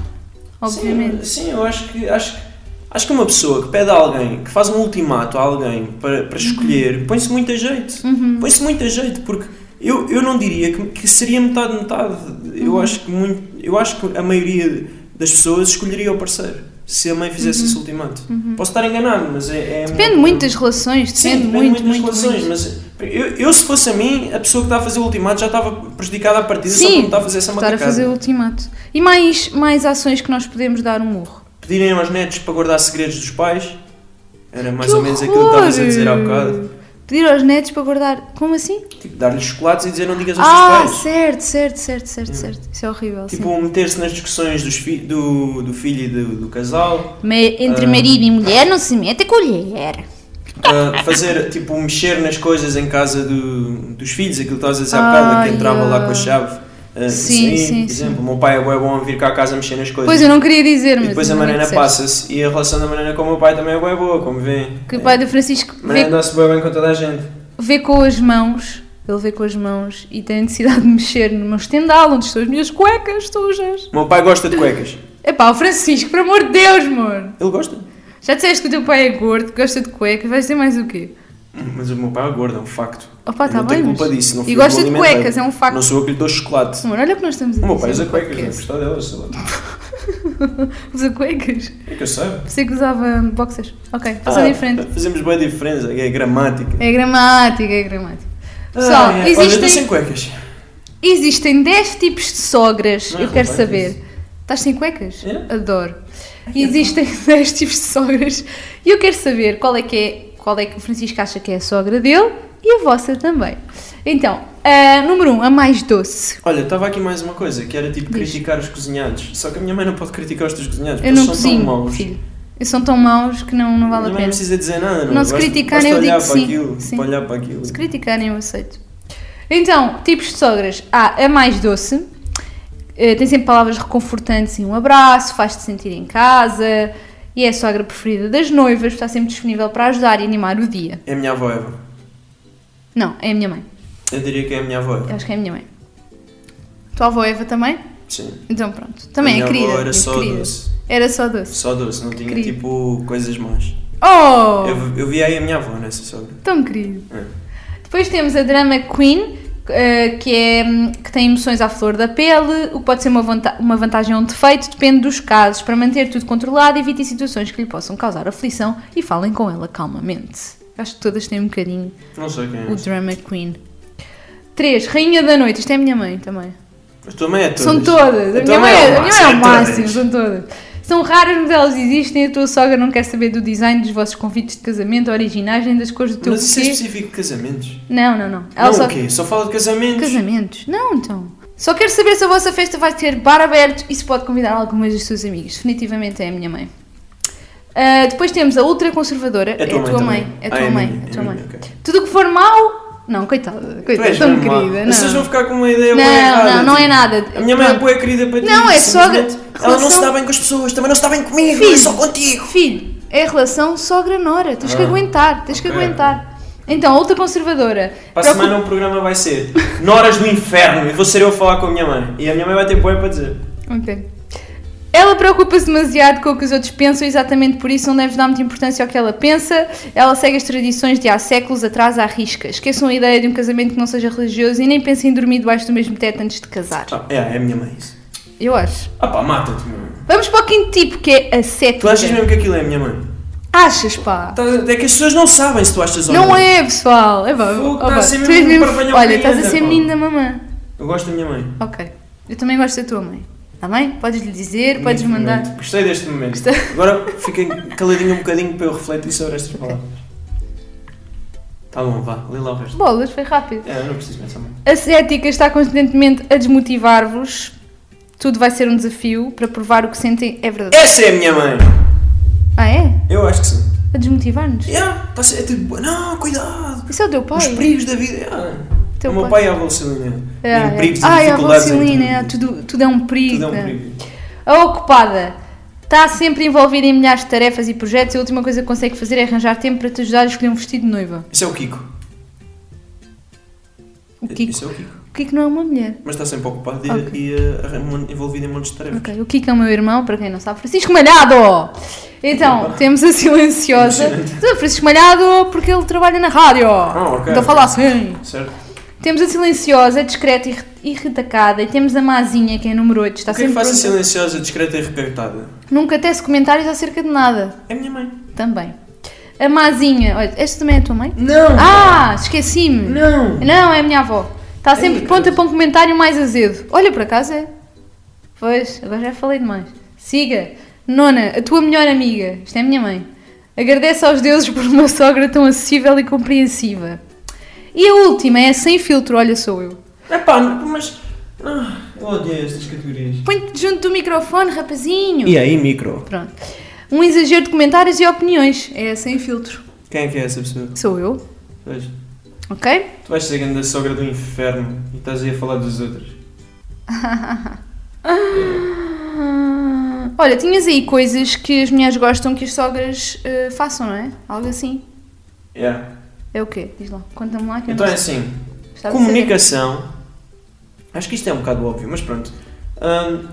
S2: Obviamente.
S1: Sim, sim, eu acho que, acho, que- acho que uma pessoa que pede a alguém, que
S2: Uhum.
S1: faz um ultimato a alguém para, para escolher, põe-se muito a jeito. Põe-se muito a jeito, porque Eu, eu não diria que, que seria metade metade. Eu
S2: Uhum.
S1: acho que muito, eu acho que a maioria das pessoas escolheria o parceiro se a mãe fizesse esse ultimato. Posso estar enganado, mas é, é
S2: Uhum. Depende muito das relações, depende,
S1: Sim, depende muito, das relações,
S2: muito.
S1: mas é eu, eu, se fosse a mim, a pessoa que está a fazer o ultimato já estava prejudicada à partida só por
S2: Sim,
S1: me estar a fazer essa
S2: estar a
S1: macacada.
S2: fazer o ultimato. E mais, mais ações que nós podemos dar um murro.
S1: Pedirem aos netos para guardar segredos dos pais, era mais
S2: Que
S1: ou menos é aquilo que
S2: horror!
S1: estavas a dizer há bocado.
S2: Pedir aos netos para guardar. Como assim?
S1: Tipo, dar-lhes chocolates e dizer não digas aos
S2: Ah,
S1: teus pais.
S2: certo, certo, certo, certo, certo. Isso é horrível.
S1: Hum. Tipo,
S2: sim.
S1: meter-se nas discussões dos fi- do, do filho e do, do casal,
S3: Me- Entre
S1: Ah.
S3: marido e mulher não se mete colher.
S1: ah, fazer, tipo, mexer nas coisas em casa do- dos filhos, aquilo que estavas a dizer há
S2: Ah,
S1: bocado, que entrava
S2: yeah.
S1: lá com a chave. Ah, isso
S2: Sim,
S1: aí,
S2: sim,
S1: por exemplo, o meu pai é bué bom a vir cá a casa mexer nas coisas.
S2: Pois eu não é queria dizer,
S1: é. E
S2: mas.
S1: depois a
S2: ainda bem que
S1: Mariana
S2: disseste.
S1: passa-se. E a relação da Mariana com o meu pai também é bem boa, como vêem.
S2: Que o pai do Francisco
S1: A Mariana
S2: vê,
S1: dá-se bem, bem com toda a gente.
S2: vê com as mãos. Ele vê com as mãos e tem necessidade de mexer no meu estendal, onde estão as minhas cuecas sujas.
S1: O meu pai gosta de cuecas.
S2: Epá, o Francisco, por amor de Deus, amor!
S1: Ele gosta.
S2: Já disseste que o teu pai é gordo, que gosta de cuecas, vais dizer mais o quê?
S1: Mas o meu pai é gordo, é um facto.
S2: Opa,
S1: Eu
S2: tá
S1: não
S2: bem,
S1: tenho
S2: mas-
S1: culpa disso. Não fui
S2: E
S1: eu que
S2: gosta
S1: o
S2: de
S1: alimentei.
S2: cuecas, é um facto. um
S1: Não sou eu que lhe dou chocolate.
S2: Amor, olha o que nós estamos a
S1: O
S2: dizer.
S1: meu pai usa
S2: no
S1: cuecas, não é?
S2: podcast.
S1: gostou delas, sei lá.
S2: Usa cuecas?
S1: É que eu sei.
S2: Pensei que usava boxers. Ok, passa
S1: Ah,
S2: diferente.
S1: Fazemos bem diferença, é gramática.
S2: É gramática, é gramática. Pessoal,
S1: Ah, é. Olha, eu
S2: existem,
S1: estou sem cuecas.
S2: existem 10 tipos de sogras.
S1: Não é
S2: eu quero
S1: roupa, é
S2: saber. Estás sem cuecas?
S1: É.
S2: Adoro. E existem 10 tipos de sogras. E eu quero saber qual é que é, qual é que o Francisco acha que é a sogra dele e a vossa também. Então, a número 1, um, a mais doce.
S1: Olha, estava aqui mais uma coisa, que era tipo criticar os cozinhados. Só que a minha mãe não pode criticar os teus cozinhados,
S2: Eu
S1: porque
S2: não
S1: eles Então são tão
S2: cozinho,
S1: maus.
S2: filho. Eles são tão maus que não, não
S1: Minha mãe
S2: vale a
S1: não é
S2: pena.
S1: precisa dizer nada, não,
S2: Não se
S1: Basta-
S2: criticar,
S1: basta
S2: eu
S1: olhar
S2: digo
S1: para
S2: sim.
S1: Aquilo,
S2: Sim.
S1: Para olhar para aquilo.
S2: Se criticarem, eu aceito. Então, tipos de sogras. Há a mais doce. eh, tem sempre palavras reconfortantes e um abraço, faz-te sentir em casa. E é a sogra preferida das noivas, está sempre disponível para ajudar e animar o dia.
S1: É a minha avó Eva.
S2: Não, é a minha mãe.
S1: Eu diria que é a minha avó Eva.
S2: Eu acho que é a minha mãe. Tua avó Eva também?
S1: Sim.
S2: Então pronto. Também
S1: a minha
S2: é querida.
S1: avó era
S2: é
S1: só
S2: querida.
S1: doce.
S2: Era só doce.
S1: Só doce, não tinha
S2: Querida.
S1: tipo coisas más.
S2: Oh!
S1: Eu, eu vi aí a minha avó nessa sogra.
S2: Tão querido.
S1: É.
S2: Depois temos a drama queen, eh, que, é, hum, que tem emoções à flor da pele, o que pode ser uma, vanta- uma vantagem ou um defeito, depende dos casos. Para manter tudo controlado, evite situações que lhe possam causar aflição e falem com ela calmamente. Acho que todas têm um bocadinho
S1: Não sei quem é.
S2: o drama queen. 3. Rainha da noite. Isto é a minha mãe também.
S1: Mas tua mãe é todas.
S2: São todas.
S1: tua
S2: A minha mãe
S1: é
S2: é,
S1: o
S2: a minha mãe é o
S1: máximo,
S2: máximo, são todas. São raras, mas elas existem. A tua sogra não quer saber do design dos vossos convites de casamento originais, nem das cores do teu
S1: Mas isso é
S2: buquê.
S1: específico de casamentos.
S2: Não, não, não. Ela
S1: não,
S2: só-
S1: o quê? Só fala de casamentos?
S2: Casamentos? Não, então. Só quero saber se a vossa festa vai ter bar aberto e se pode convidar algumas das suas amigas. Definitivamente é a minha mãe. Ah, depois temos a ultraconservadora.
S1: É tua mãe também.
S2: É
S1: Ah,
S2: tua
S1: é
S2: mãe.
S1: minha,
S2: É
S1: é
S2: tua
S1: minha,
S2: mãe.
S1: ok.
S2: Tudo o que for mau. Não, coitada.
S1: Tu
S2: Coitada,
S1: és
S2: tão
S1: mesmo má.
S2: querida.
S1: Mas Vocês vão
S2: Não.
S1: ficar com uma ideia
S2: Não,
S1: bué errada,
S2: não, não é
S1: tipo,
S2: nada.
S1: A minha mãe é
S2: Pronto.
S1: boa querida para ti.
S2: Não, é só-
S1: simplesmente. Ela não se dá
S2: relação-
S1: bem com as pessoas, também não se dá bem comigo,
S2: Filho.
S1: é só contigo.
S2: Filho, é a relação sogra-nora. Tens que
S1: Ah,
S2: aguentar, tens que
S1: ok.
S2: aguentar. Então, a ultraconservadora.
S1: Para a
S2: Preocupa-
S1: semana o programa vai ser Noras do Inferno e vou ser eu a falar com a minha mãe. E a minha mãe vai ter boé para dizer.
S2: Ok. Ela preocupa-se demasiado com o que os outros pensam, exatamente por isso não deves dar muita importância ao que ela pensa. Ela segue as tradições de há séculos atrás à risca. Esqueçam a ideia de um casamento que não seja religioso e nem pensem em dormir debaixo do mesmo teto antes de casar.
S1: Ah, é, é a minha mãe isso.
S2: Eu acho.
S1: Ah pá, mata-te, meu. irmão.
S2: Vamos para o quinto tipo, que é a
S1: Tu
S2: sétima.
S1: achas mesmo que aquilo é a minha mãe?
S2: Achas, pá?
S1: Tá- É que as pessoas não sabem se tu achas ou não.
S2: Não é, pessoal. É pá.
S1: Fogo,
S2: Oh,
S1: tá
S2: pá,
S1: a ser
S2: tu és
S1: mesmo um parvalhão
S2: Olha, estás a
S1: criança,
S2: ser
S1: pá.
S2: menino da mamã.
S1: Eu gosto da minha mãe.
S2: Ok. Eu também gosto da tua mãe. Está bem? Podes lhe dizer, podes
S1: Neste
S2: mandar.
S1: momento. Hum, Gostei deste momento.
S2: Gostei.
S1: Agora fiquem caladinho um bocadinho para eu refletir sobre estas palavras. Tá bom, vá, lê lá o resto.
S2: Bolas, foi rápido.
S1: É, eu não preciso pensar muito.
S2: A cética está constantemente a desmotivar-vos. Tudo vai ser um desafio para provar o que sentem é verdade.
S1: Essa é a minha mãe!
S2: Ah, é?
S1: Eu acho que sim.
S2: A desmotivar-nos?
S1: Yeah, tá certo. É tipo, não, cuidado!
S2: Isso é o teu pai?
S1: Os perigos da vida. Yeah.
S2: Teu
S1: o meu
S2: pai.
S1: pai é a Valcelina.
S2: Ah,
S1: Tem perigos e
S2: ah, é a
S1: dificuldades em
S2: vacilina,
S1: tudo.
S2: é, tudo, tudo é um perigo.
S1: Tudo é um
S2: né?
S1: perigo.
S2: A ocupada está sempre envolvida em milhares de tarefas e projetos e a última coisa que consegue fazer é arranjar tempo para te ajudar a escolher um vestido de noiva.
S1: Isso é o Kiko.
S2: O Kiko.
S1: Isso é o Kiko.
S2: O Kiko não é uma mulher.
S1: Mas está sempre ocupado e,
S2: Ok.
S1: e, eh, envolvido em montes de tarefas.
S2: Ok, o Kiko é o meu irmão, para quem não sabe, Francisco Malhado! Então, temos a Então, silenciosa. Francisco Malhado, porque ele trabalha na rádio.
S1: Ah, ok, ok.
S2: Então fala assim.
S1: Certo?
S2: Temos a silenciosa, discreta e re- e retacada. E temos a mazinha, que é a número 8. Está
S1: O que é que
S2: sempre
S1: faz assim? a
S2: pronta.
S1: silenciosa, discreta e recartada?
S2: Nunca tece comentários acerca de nada.
S1: É a minha mãe.
S2: Também. A mazinha. Olha, esta também é a tua mãe?
S1: Não!
S2: Ah, esqueci-me.
S1: Não!
S2: Não, é a minha avó. Está sempre
S1: Ei,
S2: pronta para um comentário mais azedo. Olha, por acaso é. Pois, agora já falei demais. Siga. Nona, a tua melhor amiga. Isto é a minha mãe. Agradece aos deuses por uma sogra tão acessível e compreensiva. E a última é a sem filtro, olha, sou eu.
S1: É pá, mas. Ah, eu odeio estas categorias.
S2: Põe-te junto do microfone, rapazinho.
S1: E aí, micro?
S2: Pronto. Um exagero de comentários e opiniões. É a sem filtro.
S1: Quem é que é essa pessoa?
S2: Sou eu,
S1: Pois.
S2: ok?
S1: Tu vais ser grande sogra do inferno e estás aí a falar dos outros.
S2: Ah, Olha, tinhas aí coisas que as mulheres gostam que as sogras eh, façam, não é? Algo assim.
S1: Yeah.
S2: É o quê? Diz lá. Conta-me lá que eu
S1: Então
S2: não
S1: é assim.
S2: gostava de
S1: Comunicação. Acho que isto é um bocado óbvio, mas pronto. Hum,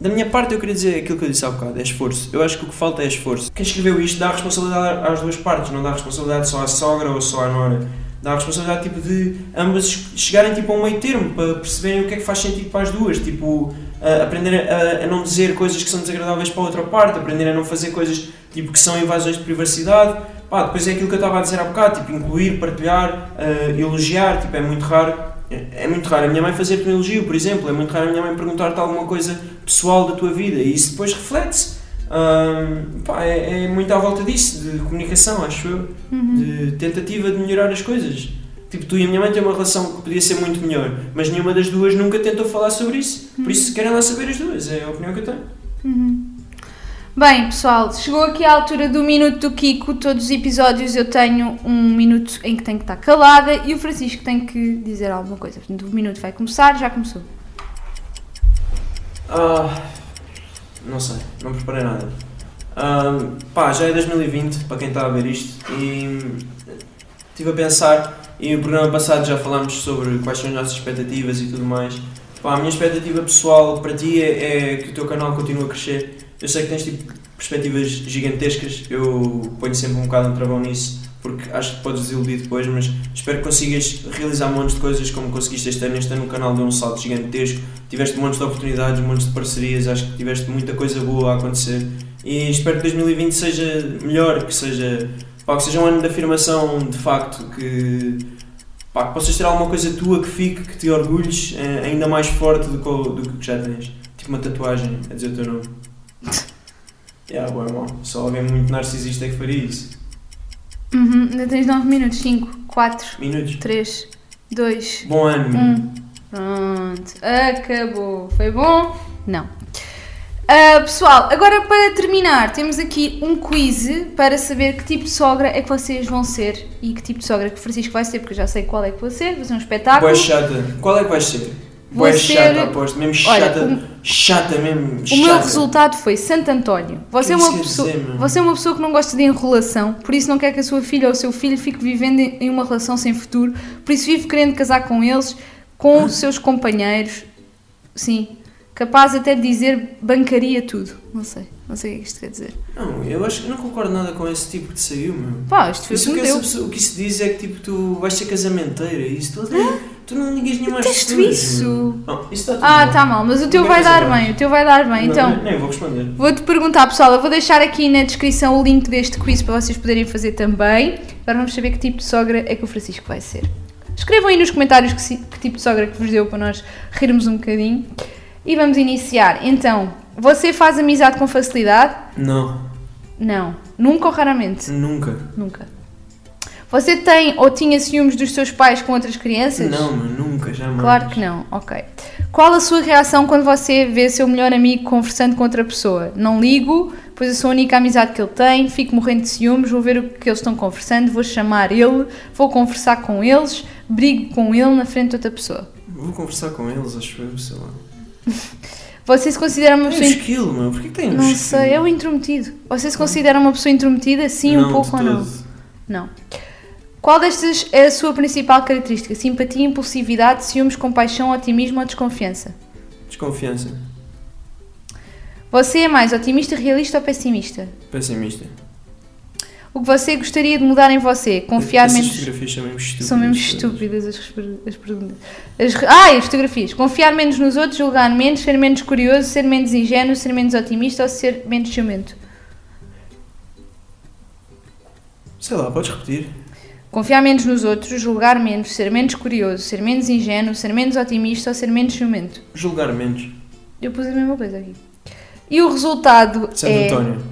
S1: da minha parte, eu queria dizer aquilo que eu disse há bocado: é esforço. Eu acho que o que falta é esforço. Quem escreveu isto dá responsabilidade às duas partes, não dá responsabilidade só à sogra ou só à nora. Dá a responsabilidade tipo, de ambas chegarem tipo, a um meio termo para perceberem o que é que faz sentido para as duas. Tipo, a- aprender a, a não dizer coisas que são desagradáveis para a outra parte, aprender a não fazer coisas tipo, que são invasões de privacidade. Pá, depois é aquilo que eu estava a dizer há bocado, tipo, incluir, partilhar, eh, elogiar, tipo, é muito raro. É é muito raro a minha mãe fazer-te um elogio, por exemplo, é muito raro a minha mãe perguntar-te alguma coisa pessoal da tua vida e isso depois reflete-se. Ahm, pá, é, é muito à volta disso, de comunicação, acho eu,
S2: Uhum,
S1: de tentativa de melhorar as coisas. Tipo, tu e a minha mãe têm uma relação que podia ser muito melhor, mas nenhuma das duas nunca tentou falar sobre isso. Por isso, querem lá saber as duas, é a opinião que eu tenho.
S2: uhum. Bem, pessoal, chegou aqui a altura do Minuto do Kiko. Todos os episódios eu tenho um minuto em que tenho que estar calada e o Francisco tem que dizer alguma coisa. Portanto, o minuto vai começar, já começou.
S1: Ah, não sei, não preparei nada. Ahm, pá, já é 2020 para quem está a ver isto e hum, estive a pensar e o programa passado já falámos sobre quais são as nossas expectativas e tudo mais. Pá, a minha expectativa pessoal para ti é, é que o teu canal continue a crescer. Eu sei que tens tipo perspectivas gigantescas, eu ponho sempre um bocado um travão nisso porque acho que podes desiludir depois, mas espero que consigas realizar montes de coisas como conseguiste este ano. Este ano o canal deu um salto gigantesco tiveste montes de oportunidades, montes de parcerias, acho que tiveste muita coisa boa a acontecer e espero que 2020 seja melhor, que seja, pá, que seja um ano de afirmação de facto, que, pá, que possas ter alguma coisa tua que fique, que te orgulhes eh, ainda mais forte do que, o- do que já tens. Tipo uma tatuagem a dizer o teu nome. Yeah, bom, irmão, só alguém muito narcisista é que faria isso.
S2: Uhum, ainda tens 9 minutos. 5, 4,
S1: Minutos.
S2: 3, 2,
S1: Bom ano. meu.
S2: Hum. Pronto, acabou. Foi bom? Não. Ah, pessoal, agora para terminar, temos aqui um quiz para saber que tipo de sogra é que vocês vão ser e que tipo de sogra que o Francisco vai ser, porque eu já sei qual é que vou ser, vou ser um espetáculo.
S1: Boa chata. Qual é que vais ser?
S2: Vou
S1: Boa
S2: ser-
S1: chata, aposto. Mesmo
S2: Olha,
S1: chata.
S2: o-
S1: Chata mesmo.
S2: O meu
S1: chata.
S2: resultado foi Santo António. Você é,
S1: Que isso
S2: uma
S1: quer
S2: pessoa,
S1: dizer, meu?
S2: você é uma pessoa que não gosta de enrolação, por isso não quer que a sua filha ou o seu filho fique vivendo em em uma relação sem futuro, por isso vive querendo casar com eles, com os seus companheiros. Sim, capaz até de dizer bancaria tudo. Não sei, não sei o que é que isto quer dizer.
S1: Não, eu acho que não concordo nada com esse tipo que te saiu, meu.
S2: Pá, isto foi o
S1: Isso
S2: que
S1: o
S2: me
S1: que, essa
S2: deu.
S1: pessoa- o que isso diz é que tipo, tu vais ser casamenteira e isso tudo. Tu não ligas nenhuma às
S2: Detesto
S1: pessoas,
S2: isso.
S1: meu. Não, isso está tudo
S2: Ah,
S1: bem.
S2: tá mal, mas o teu
S1: Não
S2: vai
S1: quero
S2: dar
S1: saber.
S2: bem, o teu vai dar bem.
S1: Não,
S2: Então,
S1: Nem, nem vou responder.
S2: Vou-te perguntar, pessoal, eu vou deixar aqui na descrição o link deste quiz para vocês poderem fazer também. Agora vamos saber que tipo de sogra é que o Francisco vai ser. Escrevam aí nos comentários que, si- que tipo de sogra que vos deu para nós rirmos um bocadinho. E vamos iniciar. Então, você faz amizade com facilidade?
S1: Não,
S2: Não. Nunca ou raramente?
S1: nunca.
S2: Nunca. Você tem ou tinha ciúmes dos seus pais com outras crianças?
S1: Não, meu, nunca, jamais.
S2: Claro que não, ok. Qual a sua reação quando você vê seu melhor amigo conversando com outra pessoa? Não ligo, pois eu sou a única amizade que ele tem, fico morrendo de ciúmes, vou ver o que eles estão conversando, vou chamar ele, vou conversar com eles, brigo com ele na frente de outra pessoa.
S1: Vou conversar com eles, acho eu, sei lá.
S2: Você se considera uma
S1: Tem um
S2: pessoa. in-
S1: esquilo, meu. Porquê que tem um
S2: Não
S1: esquilo?
S2: sei, é o intrometido. Você se considera uma pessoa intrometida? Sim,
S1: não,
S2: um pouco ou
S1: de
S2: não?
S1: todo.
S2: Não. Qual destas é a sua principal característica? Simpatia, impulsividade, ciúmes, compaixão, otimismo ou desconfiança?
S1: Desconfiança.
S2: Você é mais otimista, realista ou pessimista?
S1: Pessimista.
S2: O que você gostaria de mudar em você? Confiar
S1: Essas
S2: menos.
S1: fotografias são mesmo estúpidas.
S2: São mesmo estúpidas as, respe- as perguntas. As re- ah, as fotografias. Confiar menos nos outros, julgar menos, ser menos curioso, ser menos ingênuo, ser menos otimista ou ser menos ciumento.
S1: Sei lá, podes repetir.
S2: Confiar menos nos outros, julgar menos, ser menos curioso, ser menos ingênuo, ser menos otimista ou ser menos ciumento.
S1: Julgar menos.
S2: Eu pus a mesma coisa aqui. E o resultado
S1: Santo
S2: é...
S1: António.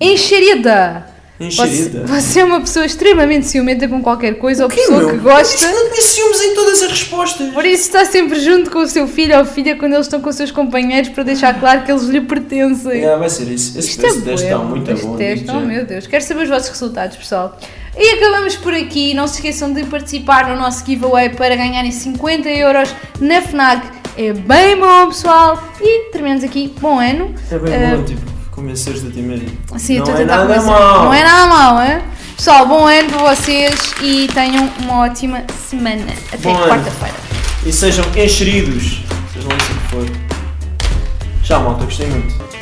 S2: Enxerida! Você,
S1: Encherida.
S2: você é uma pessoa extremamente ciumenta com qualquer coisa ou
S1: Que,
S2: pessoa
S1: meu?
S2: que gosta.
S1: Não disse ciúmes em todas as respostas.
S2: Por isso está sempre junto com o seu filho ou filha quando eles estão com os seus companheiros para deixar claro que eles lhe pertencem.
S1: Yeah, vai ser isso. Esse,
S2: Isto é
S1: esse teste está
S2: bué,
S1: muito
S2: este
S1: bom.
S2: teste,
S1: digo-te
S2: oh
S1: já.
S2: meu Deus. Quero saber os vossos resultados, pessoal. E acabamos por aqui. Não se esqueçam de participar no nosso giveaway para ganharem 50 euros na FNAC. É bem bom, pessoal. E terminamos aqui. Bom ano.
S1: É bem
S2: Eh,
S1: bom, tipo, convenceres-te a ti mesmo.
S2: Sim, eu
S1: não
S2: estou a
S1: é
S2: tentar
S1: nada
S2: convencer.
S1: mal.
S2: Não é nada mal, é? Pessoal, bom ano para vocês e tenham uma ótima semana. Até
S1: Bom ano.
S2: quarta-feira.
S1: E sejam encheridos. Sejam lá se for. Tchau, malta. Gostei muito.